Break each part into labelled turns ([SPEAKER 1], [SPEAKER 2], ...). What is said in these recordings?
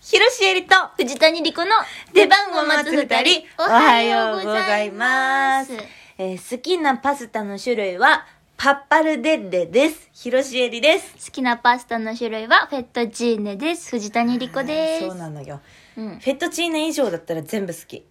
[SPEAKER 1] 広瀬えりと
[SPEAKER 2] 藤谷莉子の
[SPEAKER 1] 出番を待つ二人、おはようございます。えー好きなパスタの種類は、パッパルデッレです。広瀬えりです。
[SPEAKER 2] 好きなパスタの種類はフェットチーネです。藤谷莉子です。
[SPEAKER 1] そうなのよ。
[SPEAKER 2] うん。
[SPEAKER 1] フェットチーネ以上だったら全部好き。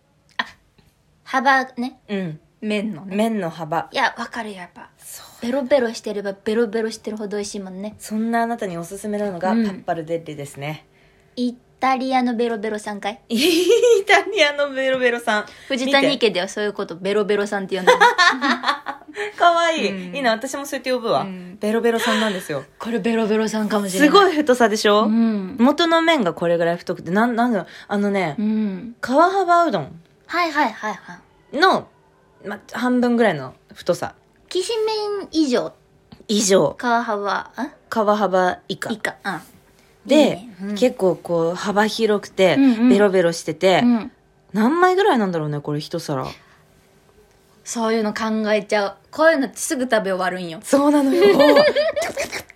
[SPEAKER 2] 幅ね。
[SPEAKER 1] うん。
[SPEAKER 2] 麺のね。
[SPEAKER 1] 麺の幅。
[SPEAKER 2] いや、わかるよやっぱ。
[SPEAKER 1] そう
[SPEAKER 2] ベロベロしてればベロベロしてるほど美味しいもんね。
[SPEAKER 1] そんなあなたにおすすめなのが、
[SPEAKER 2] うん
[SPEAKER 1] パッパルデッレですね。
[SPEAKER 2] イタリアのベロベロさんかい
[SPEAKER 1] イタリアのベロベロさん。
[SPEAKER 2] 藤谷
[SPEAKER 1] 見て
[SPEAKER 2] 家ではそういうことベロベロさんって呼んでる。
[SPEAKER 1] かわいい。
[SPEAKER 2] うん
[SPEAKER 1] いいな、私もそうやって呼ぶわ。
[SPEAKER 2] うん
[SPEAKER 1] ベロベロさんなんですよ。
[SPEAKER 2] これベロベロさんかもしれな
[SPEAKER 1] す
[SPEAKER 2] い。
[SPEAKER 1] ごい太さでしょ、
[SPEAKER 2] うん。
[SPEAKER 1] 元の麺がこれぐらい太くて、なん、なんだろうあのね、
[SPEAKER 2] うん。
[SPEAKER 1] 川幅うどん
[SPEAKER 2] はいはいはいはい。
[SPEAKER 1] の、ま、半分ぐらいの太さ
[SPEAKER 2] きしめん以上、
[SPEAKER 1] 以上、
[SPEAKER 2] 川幅、あ
[SPEAKER 1] 川幅以下
[SPEAKER 2] 以。下。うん。
[SPEAKER 1] で、
[SPEAKER 2] いいねうん
[SPEAKER 1] 結構こう、幅広くて、
[SPEAKER 2] うんうん
[SPEAKER 1] ベロベロしてて、
[SPEAKER 2] うん。
[SPEAKER 1] 何枚ぐらいなんだろうね、これ一皿。
[SPEAKER 2] そういうの考えちゃう。こういうのってすぐ食べ終わる んよ。
[SPEAKER 1] そうなのよ。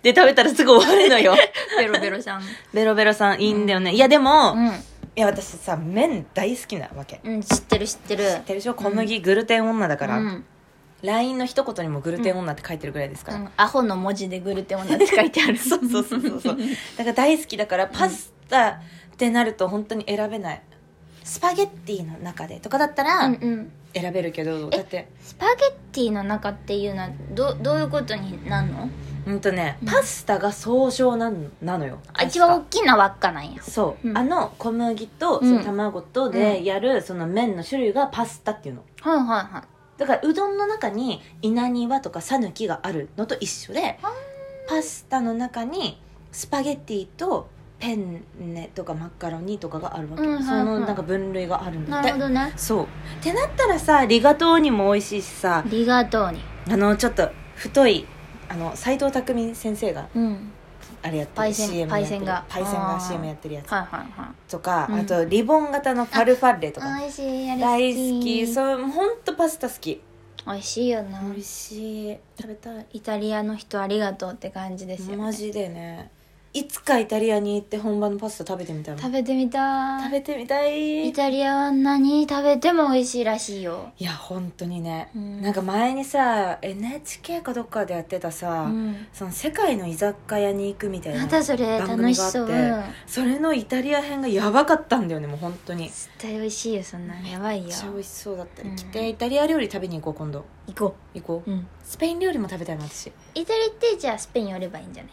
[SPEAKER 1] で、食べたらすぐ終わるの よ。
[SPEAKER 2] ベロベロさん。
[SPEAKER 1] ベロベロさん、いいんだよね。いや、でも、い
[SPEAKER 2] うん。
[SPEAKER 1] や、私さ、麺大好きなわけ。
[SPEAKER 2] うん、知ってる知ってる。
[SPEAKER 1] 知ってるでしょ小麦グルテン女だから、
[SPEAKER 2] うん
[SPEAKER 1] LINE の一言にもグルテン女って書いてるぐらいですから、
[SPEAKER 2] うんアホの文字でグルテン女って書いて ある。
[SPEAKER 1] そうそうそうそうそう。 だから大好きだからパスタってなると本当に選べない。スパゲッティの中でとかだった
[SPEAKER 2] う
[SPEAKER 1] ら
[SPEAKER 2] んうん。
[SPEAKER 1] 選べるけど、だって、
[SPEAKER 2] スパゲッティの中っていうのは、ど、どういうことになるの
[SPEAKER 1] うんとね
[SPEAKER 2] う、ん
[SPEAKER 1] パスタが総称なんなのよ。
[SPEAKER 2] あ、
[SPEAKER 1] 確
[SPEAKER 2] 一
[SPEAKER 1] か
[SPEAKER 2] 番大きな輪っかなんや。
[SPEAKER 1] そう、
[SPEAKER 2] うん
[SPEAKER 1] あの小麦と
[SPEAKER 2] うん
[SPEAKER 1] その卵とでやるその麺の種類がパスタっていうの。
[SPEAKER 2] はいはいは
[SPEAKER 1] だからうどんの中に稲庭とか讃岐があるのと一緒で
[SPEAKER 2] あー
[SPEAKER 1] パスタの中にスパゲッティとペンネとかマカロニとかがあるわけ、
[SPEAKER 2] うんはいはい
[SPEAKER 1] そのなんか分類があるん
[SPEAKER 2] い。
[SPEAKER 1] だ
[SPEAKER 2] な
[SPEAKER 1] って
[SPEAKER 2] るほどね。
[SPEAKER 1] そうってなったらさリガトーにも美味しいしさ
[SPEAKER 2] リガートーニ。
[SPEAKER 1] あのちょっと太いあの斎藤匠先生が
[SPEAKER 2] うん。
[SPEAKER 1] あれやって
[SPEAKER 2] パ
[SPEAKER 1] る
[SPEAKER 2] イセン
[SPEAKER 1] CM
[SPEAKER 2] パ
[SPEAKER 1] や
[SPEAKER 2] イ
[SPEAKER 1] って
[SPEAKER 2] セ
[SPEAKER 1] る
[SPEAKER 2] ンが
[SPEAKER 1] パイセンが
[SPEAKER 2] あー
[SPEAKER 1] CM やってるやつ
[SPEAKER 2] はいはいは
[SPEAKER 1] とか
[SPEAKER 2] うん
[SPEAKER 1] あとリボン型のファルファッレと
[SPEAKER 2] い。
[SPEAKER 1] か
[SPEAKER 2] 美味しい。あれ
[SPEAKER 1] 大好きそうほんとパスタ好き
[SPEAKER 2] 美味しいよな。
[SPEAKER 1] 美味しい食べたい
[SPEAKER 2] イタリアの人ありがとうって感じですよ、ね。
[SPEAKER 1] マジでねいつかイタリアに行って本場のパスタ食べてみたいもん
[SPEAKER 2] 食べてみたい
[SPEAKER 1] 食べてみたい
[SPEAKER 2] イ
[SPEAKER 1] い
[SPEAKER 2] タリアは何食べても美味しいらしいよ、
[SPEAKER 1] や本当にね、
[SPEAKER 2] うん
[SPEAKER 1] なんか前にさ NHK かどっかでやってた
[SPEAKER 2] う
[SPEAKER 1] さ、
[SPEAKER 2] ん、
[SPEAKER 1] その世界の居酒屋に行くみたい
[SPEAKER 2] ま
[SPEAKER 1] な
[SPEAKER 2] たそれ
[SPEAKER 1] 番
[SPEAKER 2] 楽
[SPEAKER 1] 組
[SPEAKER 2] し
[SPEAKER 1] があって
[SPEAKER 2] そう、うん、
[SPEAKER 1] それのイタリア編がやばかったんだよねもう本当に
[SPEAKER 2] 絶対美味しいよそんなんやばい
[SPEAKER 1] め
[SPEAKER 2] よ
[SPEAKER 1] っちゃ美味しそうだった、
[SPEAKER 2] うん
[SPEAKER 1] 来てイタリア料理食べに行こう今度
[SPEAKER 2] 行こ
[SPEAKER 1] 行こう、
[SPEAKER 2] う、うん、
[SPEAKER 1] スペイン料理も食べたいな私
[SPEAKER 2] イタリアってじゃあスペイン寄ればいいんじゃない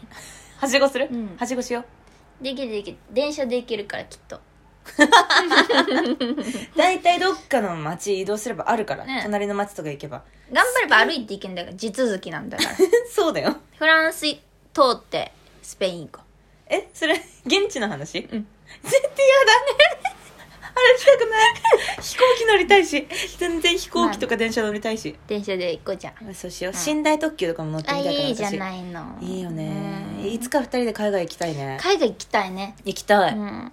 [SPEAKER 1] はしごする、
[SPEAKER 2] うん
[SPEAKER 1] はしごしよう
[SPEAKER 2] できるできる電車で行けるからきっと
[SPEAKER 1] 大体どっかの町移動すればあるから、
[SPEAKER 2] ね
[SPEAKER 1] 隣の町とか行けば
[SPEAKER 2] 頑張れば歩いて行けんだから地続きなんだから
[SPEAKER 1] そうだよ
[SPEAKER 2] フランス通ってスペイン行こ
[SPEAKER 1] えそれ現地の話、
[SPEAKER 2] ん
[SPEAKER 1] 絶対やだね歩きたくない飛行機乗りたいし全然飛行機とか電車乗りたいし
[SPEAKER 2] う、電車で行こうじゃん
[SPEAKER 1] あそうしよう、
[SPEAKER 2] うん
[SPEAKER 1] 寝台特急とかも乗って
[SPEAKER 2] あ
[SPEAKER 1] みたいから
[SPEAKER 2] いいじゃ
[SPEAKER 1] い
[SPEAKER 2] ないの
[SPEAKER 1] いいよね
[SPEAKER 2] うん
[SPEAKER 1] いつか二人で海外行きたいね
[SPEAKER 2] 海外行きたいね、
[SPEAKER 1] 行きたい、
[SPEAKER 2] う、
[SPEAKER 1] 違うん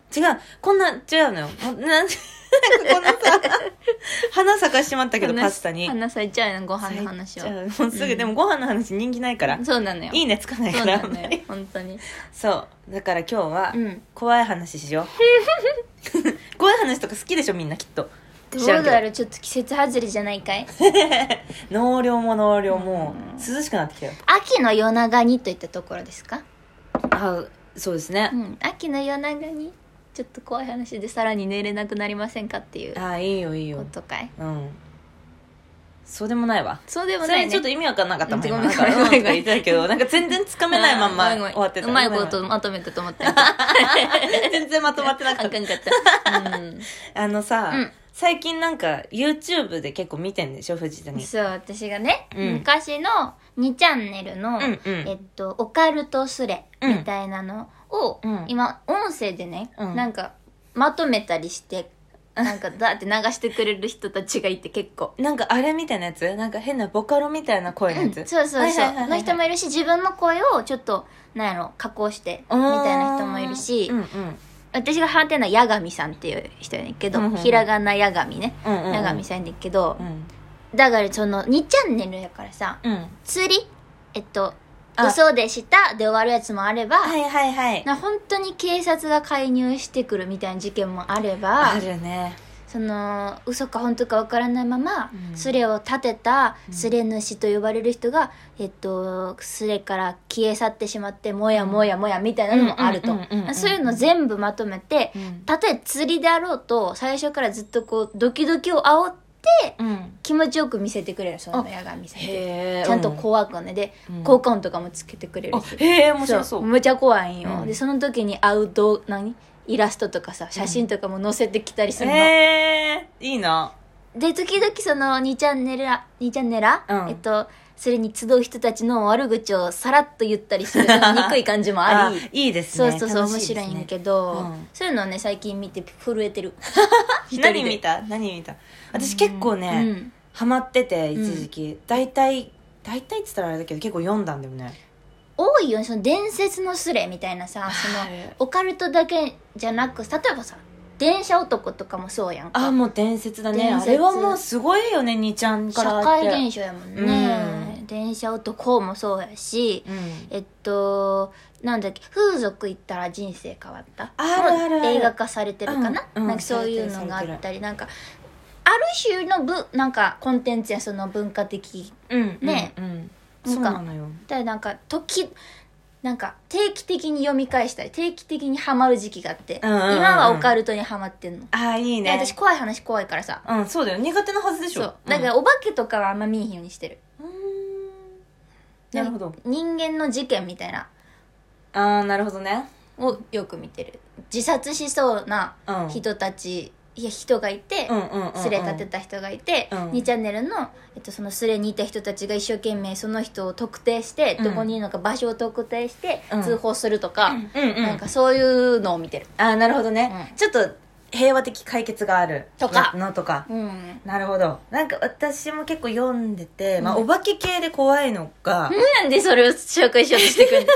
[SPEAKER 1] こんな違うのよもうなん なんかこのさ花咲かしちまったけど
[SPEAKER 2] 話
[SPEAKER 1] パスタに
[SPEAKER 2] 話されちゃうよご飯の話
[SPEAKER 1] 咲いちゃ
[SPEAKER 2] は
[SPEAKER 1] うもうすぐ、
[SPEAKER 2] うん
[SPEAKER 1] でもご飯の話人気ないから
[SPEAKER 2] そうなのよ
[SPEAKER 1] いいねつかない
[SPEAKER 2] そ
[SPEAKER 1] か
[SPEAKER 2] う
[SPEAKER 1] ら
[SPEAKER 2] なの
[SPEAKER 1] あんま
[SPEAKER 2] よ
[SPEAKER 1] り
[SPEAKER 2] 本当に
[SPEAKER 1] そうだから今日は、
[SPEAKER 2] うん
[SPEAKER 1] 怖い話しよ う怖い話とか好きでしょみんなきっと
[SPEAKER 2] どうだ
[SPEAKER 1] ろ
[SPEAKER 2] ろうちょっと季節外れじゃないかい
[SPEAKER 1] 納涼も納涼も
[SPEAKER 2] う
[SPEAKER 1] 涼しくなってきたよ
[SPEAKER 2] 秋の夜長にといったところですか
[SPEAKER 1] あそうですね
[SPEAKER 2] うん秋の夜長にちょっと怖い話でさらに寝れなくなりませんかっていう
[SPEAKER 1] あいいよいい
[SPEAKER 2] こ
[SPEAKER 1] よ
[SPEAKER 2] とかい
[SPEAKER 1] うんそうでもないわ
[SPEAKER 2] そうでも
[SPEAKER 1] そ
[SPEAKER 2] な
[SPEAKER 1] れ
[SPEAKER 2] い
[SPEAKER 1] に
[SPEAKER 2] ね
[SPEAKER 1] ちょっと意味わかんなかったもん
[SPEAKER 2] うん
[SPEAKER 1] 今
[SPEAKER 2] ご
[SPEAKER 1] な
[SPEAKER 2] め
[SPEAKER 1] ん
[SPEAKER 2] ん
[SPEAKER 1] か
[SPEAKER 2] ご
[SPEAKER 1] うん
[SPEAKER 2] めん
[SPEAKER 1] とか言ってたけどなんか全然つかめないまんま
[SPEAKER 2] あーごめ
[SPEAKER 1] 終
[SPEAKER 2] んごめん
[SPEAKER 1] わってた
[SPEAKER 2] うまいことまとめて と思ったよあ
[SPEAKER 1] 全然まとまってなか
[SPEAKER 2] か
[SPEAKER 1] っ
[SPEAKER 2] んか
[SPEAKER 1] た
[SPEAKER 2] んかったうん
[SPEAKER 1] あのさ
[SPEAKER 2] うん
[SPEAKER 1] 最近なんか YouTube で結構見てんでしょ藤谷
[SPEAKER 2] そう私がね、
[SPEAKER 1] うん
[SPEAKER 2] 昔の2チャンネルの、
[SPEAKER 1] うんうん
[SPEAKER 2] えっと、オカルトスレみたいなのを、
[SPEAKER 1] うん
[SPEAKER 2] 今音声でね、
[SPEAKER 1] うん
[SPEAKER 2] なんかまとめたりしてなんかだって流してくれる人たちがいて結構。
[SPEAKER 1] なんかあれみたいなやつなんか変なボカロみたいな声の
[SPEAKER 2] う
[SPEAKER 1] や
[SPEAKER 2] ん、
[SPEAKER 1] つ、
[SPEAKER 2] そうそうそう、
[SPEAKER 1] はいはいはいはい
[SPEAKER 2] の人もいるし自分の声をちょっとなんやろ加工してみたいな人もいるし、
[SPEAKER 1] うんうん
[SPEAKER 2] 私がハマってるのは八神さんっていう人やねんけど、
[SPEAKER 1] うんうんうん
[SPEAKER 2] ひらがな八神ね
[SPEAKER 1] うんうんうん
[SPEAKER 2] 八神さんやねんけど
[SPEAKER 1] う、ん
[SPEAKER 2] だからその2チャンネルやからさ、
[SPEAKER 1] うん
[SPEAKER 2] 釣りえっと
[SPEAKER 1] あ
[SPEAKER 2] 嘘でしたで終わるやつもあれば、
[SPEAKER 1] はいはいはい。
[SPEAKER 2] な本当に警察が介入してくるみたいな事件もあれば
[SPEAKER 1] あるね。
[SPEAKER 2] その嘘か本当かわからないまま、
[SPEAKER 1] うん
[SPEAKER 2] スレを立てたスレ主と呼ばれる人が、えっと、スレから消え去ってしまってもやもやもやみたいなのもあると
[SPEAKER 1] うんうんうんうんうん
[SPEAKER 2] そういうの全部まとめて
[SPEAKER 1] うん
[SPEAKER 2] たとえ釣りであろうと最初からずっとこうドキドキを煽って
[SPEAKER 1] うん。
[SPEAKER 2] 気持ちよく見せてくれるその親が見せて
[SPEAKER 1] へえ。
[SPEAKER 2] ちゃんと
[SPEAKER 1] う
[SPEAKER 2] 怖くはねで、
[SPEAKER 1] うん
[SPEAKER 2] 効果音とかもつけてくれる
[SPEAKER 1] あ
[SPEAKER 2] し、
[SPEAKER 1] へえ、面白そう。
[SPEAKER 2] むちゃ怖いんよ、
[SPEAKER 1] うん
[SPEAKER 2] でその時に合うど何イラストとかさ写真とかも載せてきたりするの、
[SPEAKER 1] へえ、いいな。
[SPEAKER 2] で時々その2チャンネルら2チャンネルら、
[SPEAKER 1] うん
[SPEAKER 2] えっとそれに集う人たちの悪口をさらっと言ったりするその憎い感じもあり
[SPEAKER 1] いいです
[SPEAKER 2] そう
[SPEAKER 1] ね。
[SPEAKER 2] そうそう、
[SPEAKER 1] 楽
[SPEAKER 2] 面
[SPEAKER 1] しいで
[SPEAKER 2] 白
[SPEAKER 1] す
[SPEAKER 2] い
[SPEAKER 1] ね
[SPEAKER 2] んやけど、
[SPEAKER 1] うん
[SPEAKER 2] そういうのをね最近見て震えてる一人で
[SPEAKER 1] 何見た何見た私結構ね、
[SPEAKER 2] うん
[SPEAKER 1] ハマってて一時期、大体大体っつったらあれだけど結構読んだんだよね
[SPEAKER 2] 多いよねその伝説のスレみたいなさその
[SPEAKER 1] はい
[SPEAKER 2] オカルトだけじゃなく例えばさ電車男とかもそうやんか
[SPEAKER 1] あもう伝説だね
[SPEAKER 2] 伝
[SPEAKER 1] あ
[SPEAKER 2] 説
[SPEAKER 1] れはもうすごいよね2ちゃんか
[SPEAKER 2] 社
[SPEAKER 1] らって
[SPEAKER 2] 会現象やもんね、電車男もそうやし、
[SPEAKER 1] うん
[SPEAKER 2] えっとなんだっけ風俗行ったら人生変わった
[SPEAKER 1] あるあるある
[SPEAKER 2] もう映画化されてるかな、
[SPEAKER 1] うんうん
[SPEAKER 2] なんかそういうのがあったりなんかある種のぶなんかコンテンツやその文化的
[SPEAKER 1] うん
[SPEAKER 2] ね
[SPEAKER 1] うんうん
[SPEAKER 2] なんか
[SPEAKER 1] そうなのよ
[SPEAKER 2] だからなんか時なんか定期的に読み返したり定期的にハマる時期があって、
[SPEAKER 1] うんうんうんうん
[SPEAKER 2] 今はオカルトにハマってんの、
[SPEAKER 1] ああいい
[SPEAKER 2] で
[SPEAKER 1] ね
[SPEAKER 2] 私怖い話怖いからさ
[SPEAKER 1] うんそうだよ苦手なはずでしょ
[SPEAKER 2] そうだからお化けとかはあんま見えへんようにしてる
[SPEAKER 1] うんうーんなるほど
[SPEAKER 2] 人間の事件みたいな
[SPEAKER 1] ああなるほどね
[SPEAKER 2] をよく見てる自殺しそうな
[SPEAKER 1] うん
[SPEAKER 2] 人たち、いや人がいて、
[SPEAKER 1] うんうんうんうん
[SPEAKER 2] スレ立てた人がいて、
[SPEAKER 1] うん
[SPEAKER 2] 2チャンネルの、えっと、そのスレにいた人たちが一生懸命その人を特定して、
[SPEAKER 1] うん
[SPEAKER 2] どこにいるのか場所を特定して
[SPEAKER 1] うん
[SPEAKER 2] 通報するとか、
[SPEAKER 1] うんうん
[SPEAKER 2] なんかそういうのを見てる
[SPEAKER 1] ああなるほどね、
[SPEAKER 2] うん
[SPEAKER 1] ちょっと平和的解決がある
[SPEAKER 2] とか
[SPEAKER 1] ののとか
[SPEAKER 2] うん
[SPEAKER 1] なるほどなんか私も結構読んでて、まあ、
[SPEAKER 2] うん
[SPEAKER 1] お化け系で怖いのが、で
[SPEAKER 2] なんでそれを紹介しようとしてくる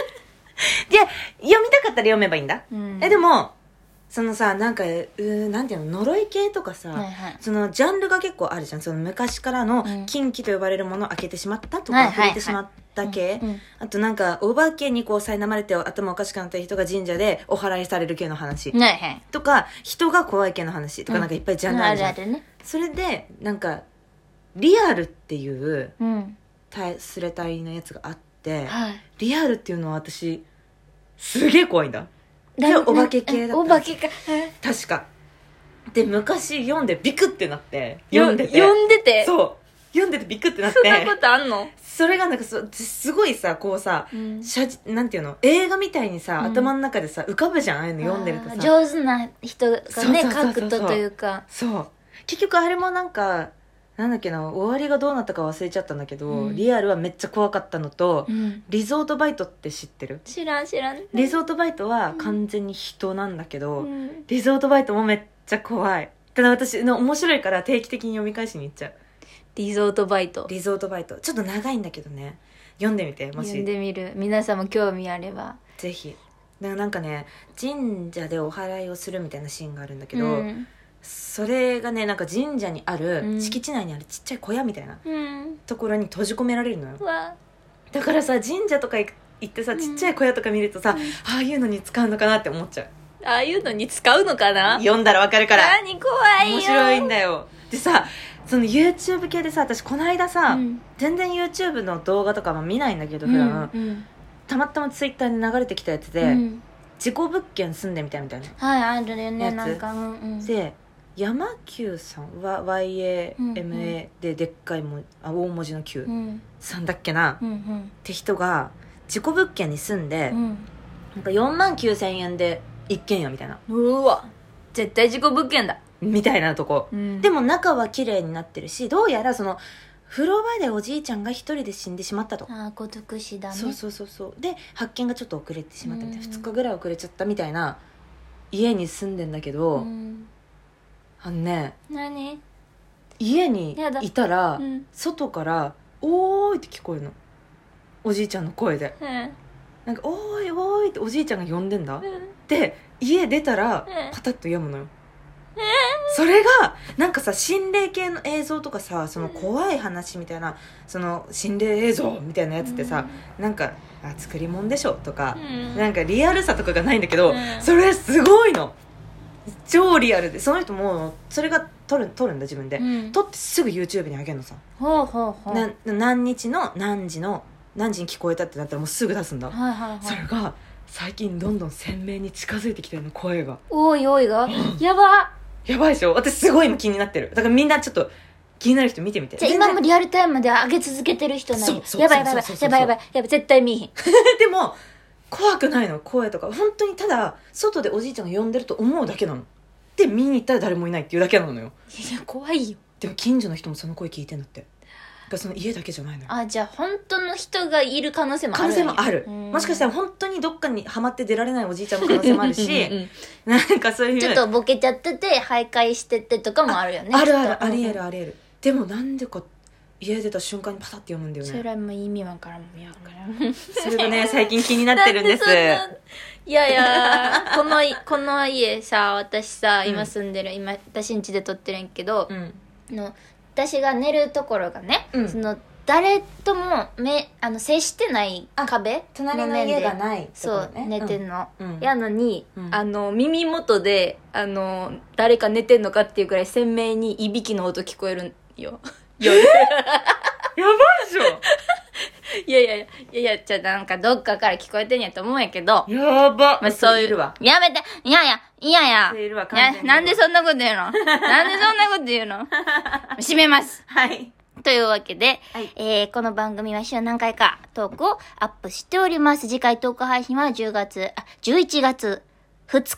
[SPEAKER 1] 読みたかったら読めばいいんだ、
[SPEAKER 2] の、うん
[SPEAKER 1] えでもそのさなんかうーなんていうの呪い系とかさ、
[SPEAKER 2] はいはい
[SPEAKER 1] そのジャンルが結構あるじゃんその昔からの
[SPEAKER 2] うん
[SPEAKER 1] 禁忌と呼ばれるものを開けてしまったと
[SPEAKER 2] は
[SPEAKER 1] か
[SPEAKER 2] いはい
[SPEAKER 1] 触れてしまった系
[SPEAKER 2] うんうん
[SPEAKER 1] あとなんかお化けにこう苛まれて頭おかしくなった人が神社でお祓いされる系の話
[SPEAKER 2] ないはい
[SPEAKER 1] とか人が怖い系の話とかなんかいっぱいジャンルあ
[SPEAKER 2] あ
[SPEAKER 1] るじ
[SPEAKER 2] る
[SPEAKER 1] ゃん
[SPEAKER 2] あ、るね
[SPEAKER 1] それでなんかリアルっていう
[SPEAKER 2] うん
[SPEAKER 1] たすれたいのやつがあって
[SPEAKER 2] はい
[SPEAKER 1] リアルっていうのは私すげえ怖いんだで
[SPEAKER 2] な
[SPEAKER 1] お化け系だった
[SPEAKER 2] お化けか
[SPEAKER 1] 確かで昔読んでビクってなって
[SPEAKER 2] よ
[SPEAKER 1] 読んでて
[SPEAKER 2] 読んでて
[SPEAKER 1] そう読んでてビクってなっ
[SPEAKER 2] そんな
[SPEAKER 1] て
[SPEAKER 2] ことあんの、
[SPEAKER 1] それがなんかそすごいさこうさ写なんていうの映画みたいにさ、
[SPEAKER 2] うん
[SPEAKER 1] 頭の中でさ浮かぶじゃんああいうの読んでると
[SPEAKER 2] あー
[SPEAKER 1] さ
[SPEAKER 2] 上手な人
[SPEAKER 1] そう
[SPEAKER 2] が
[SPEAKER 1] そう
[SPEAKER 2] ね
[SPEAKER 1] そうそう
[SPEAKER 2] 書くとというか
[SPEAKER 1] そう結局あれもなんかなんだっけな終わりがどうなったか忘れちゃったんだけど、
[SPEAKER 2] うん
[SPEAKER 1] リアルはめっちゃ怖かったのと、
[SPEAKER 2] うん
[SPEAKER 1] リゾートバイトって知ってる
[SPEAKER 2] 知らん知らん
[SPEAKER 1] リゾートバイトは完全に人なんだけど、
[SPEAKER 2] うん
[SPEAKER 1] リゾートバイトもめっちゃ怖い。ただ私の面白いから定期的に読み返しに行っちゃう。
[SPEAKER 2] リゾートバイト
[SPEAKER 1] リゾートバイト。ちょっと長いんだけどね。読んでみて、も
[SPEAKER 2] 読ん
[SPEAKER 1] し。
[SPEAKER 2] でみる皆さんも興味あれば
[SPEAKER 1] ぜひ。ななんかね、神社でお祓いをするみたいなシーンがあるんだけど、
[SPEAKER 2] うん
[SPEAKER 1] それがね、なんか神社にあ
[SPEAKER 2] う
[SPEAKER 1] る、
[SPEAKER 2] ん
[SPEAKER 1] 敷地内にあるちっちゃい小屋みたいな
[SPEAKER 2] うん
[SPEAKER 1] ところに閉じ込められるのよ。
[SPEAKER 2] わ
[SPEAKER 1] だからさ、神社とか行く行ってさ、ちっちゃい小屋とか見るとさ、ああいうのに使うのかなって思っちゃう。
[SPEAKER 2] ああいうのに使うのかな
[SPEAKER 1] 読んだらわかるから。
[SPEAKER 2] 何怖いよ
[SPEAKER 1] 面白いんだよでさその YouTube 系でさ私この間さ、
[SPEAKER 2] うん
[SPEAKER 1] 全然 YouTube の動画とかも見ないんだけど
[SPEAKER 2] うん
[SPEAKER 1] 普
[SPEAKER 2] う
[SPEAKER 1] 段、
[SPEAKER 2] ん
[SPEAKER 1] たまたま Twitter に流れてきたやつで、
[SPEAKER 2] うん
[SPEAKER 1] 自己物件住んでみたいみたいな、
[SPEAKER 2] はいあるよ
[SPEAKER 1] や
[SPEAKER 2] ね
[SPEAKER 1] つ
[SPEAKER 2] なんかうんうん
[SPEAKER 1] で山久さんは
[SPEAKER 2] うんう
[SPEAKER 1] YAMA ででっかいも、あ大文字の Q
[SPEAKER 2] うん
[SPEAKER 1] さんだっけな、
[SPEAKER 2] う
[SPEAKER 1] っ
[SPEAKER 2] んうん
[SPEAKER 1] て人が自己物件に住んで、
[SPEAKER 2] うん
[SPEAKER 1] なんか4万9千円で一軒家みたいな
[SPEAKER 2] うわ絶対事故物件だ
[SPEAKER 1] みたいなとこ、
[SPEAKER 2] で
[SPEAKER 1] でも中は綺麗になってるしどうやらその風呂場でおじいちゃんが一人で死んでしまったと
[SPEAKER 2] ああ孤独死だね
[SPEAKER 1] そうそうそうそうで発見がちょっと遅れてしまったみたいな
[SPEAKER 2] うん
[SPEAKER 1] 2日ぐらい遅れちゃったみたいな家に住んでんだけど、
[SPEAKER 2] うん
[SPEAKER 1] あのね
[SPEAKER 2] 何
[SPEAKER 1] 家に
[SPEAKER 2] やだ
[SPEAKER 1] いたら、
[SPEAKER 2] うん
[SPEAKER 1] 外から「おーい」って聞こえるのおじいちゃんの声で
[SPEAKER 2] うん
[SPEAKER 1] なんか「おーいおーい」っておじいちゃんが呼んでんだ
[SPEAKER 2] うん
[SPEAKER 1] で家出たら
[SPEAKER 2] うん
[SPEAKER 1] パタッとやむのよ、それがなんかさ心霊系の映像とかさその怖い話みたいなその心霊映像みたいなやつってさ、なんかあ作り物でしょとか、
[SPEAKER 2] うん
[SPEAKER 1] なんかリアルさとかがないんだけど、
[SPEAKER 2] うん
[SPEAKER 1] それすごいの超リアルでその人もそれが撮る撮るんだ自分で、
[SPEAKER 2] うん
[SPEAKER 1] 撮ってすぐ YouTube に上げるのさ、
[SPEAKER 2] ほうほうほう
[SPEAKER 1] な何日の何時の何時に聞こえたってなったらもうすぐ出すんだ、
[SPEAKER 2] はいはいは
[SPEAKER 1] それ
[SPEAKER 2] い
[SPEAKER 1] が最近どんどん鮮明に近づいてきてるの声が
[SPEAKER 2] おいお いがやば
[SPEAKER 1] やばいでしょ私すごい今気になってるだからみんなちょっと気になる人見てみて
[SPEAKER 2] じゃあ
[SPEAKER 1] 全
[SPEAKER 2] 今
[SPEAKER 1] 然
[SPEAKER 2] もリアルタイムで上げ続けてる人な
[SPEAKER 1] そう
[SPEAKER 2] い
[SPEAKER 1] そう
[SPEAKER 2] やばいやばいやばい
[SPEAKER 1] そうそうそう
[SPEAKER 2] やばいやばいやばい絶対見えへん
[SPEAKER 1] でも怖くないの声とか本当にただ外でおじいちゃんが呼んでると思うだけなので見に行ったら誰もいないっていうだけなのよ
[SPEAKER 2] いや怖いよ
[SPEAKER 1] でも近所の人もその声聞いてんだってだからその家だけじゃないのよ
[SPEAKER 2] あじゃあ本当の人がいる可能性もある
[SPEAKER 1] 可能性もあるもしかした
[SPEAKER 2] ら
[SPEAKER 1] ら本当にどっかにはまって出られないおじいちゃんの可能性もある
[SPEAKER 2] うんうん
[SPEAKER 1] しなんかそういう
[SPEAKER 2] ちょっとボケちゃってて徘徊しててとかもあるよね
[SPEAKER 1] ある
[SPEAKER 2] き
[SPEAKER 1] あ
[SPEAKER 2] っ
[SPEAKER 1] る
[SPEAKER 2] と
[SPEAKER 1] ありえるありえるでもなんでか家出た瞬間にパタって読むんだよ
[SPEAKER 2] それ
[SPEAKER 1] ね
[SPEAKER 2] はもう意味わからんもんやから
[SPEAKER 1] それがね最近気になってるんです
[SPEAKER 2] だってそんないやいやこのい この家さ私さ今住んでる、今私ん家で撮ってるんやけど
[SPEAKER 1] う、ん
[SPEAKER 2] あの私が寝るところがね、
[SPEAKER 1] うん
[SPEAKER 2] その誰ともめあの接してない壁
[SPEAKER 1] 隣の家が
[SPEAKER 2] い
[SPEAKER 1] ないとこ
[SPEAKER 2] そ
[SPEAKER 1] ろ
[SPEAKER 2] う
[SPEAKER 1] ね
[SPEAKER 2] 寝てんの、
[SPEAKER 1] うん
[SPEAKER 2] やのに、
[SPEAKER 1] うん
[SPEAKER 2] あの耳元であの誰か寝てんのかっていうくらい鮮明にいびきの音聞こえるんよ
[SPEAKER 1] やばいでしょ
[SPEAKER 2] いやいやいやいやじゃあなんかどっかから聞こえてんやと思うんやけど
[SPEAKER 1] やば
[SPEAKER 2] まあそういう
[SPEAKER 1] るわ。
[SPEAKER 2] やめていやいやいやいや
[SPEAKER 1] いるわ、完
[SPEAKER 2] な
[SPEAKER 1] 全に
[SPEAKER 2] なんでそんなこと言うのなんでそんなこと言うの閉めます
[SPEAKER 1] はい。
[SPEAKER 2] というわけで、
[SPEAKER 1] はい
[SPEAKER 2] えーこの番組は週何回かトークをアップしております。次回トーク配信は10月、あ、11月2日、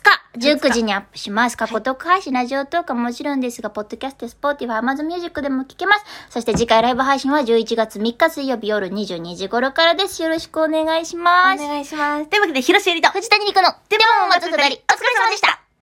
[SPEAKER 2] 19時にアップします。過去トーク配信、ラジオトークはもちろんですが、ポッドキャスト、スポーティファー、アマゾンミュージックでも聞けます。そして次回ライブ配信は11月3日水曜日夜22時頃からです。よろしくお願いします。
[SPEAKER 1] いします。というわけで、広瀬えりと、
[SPEAKER 2] 藤谷莉子の、でもまたくだり、お疲れ様でした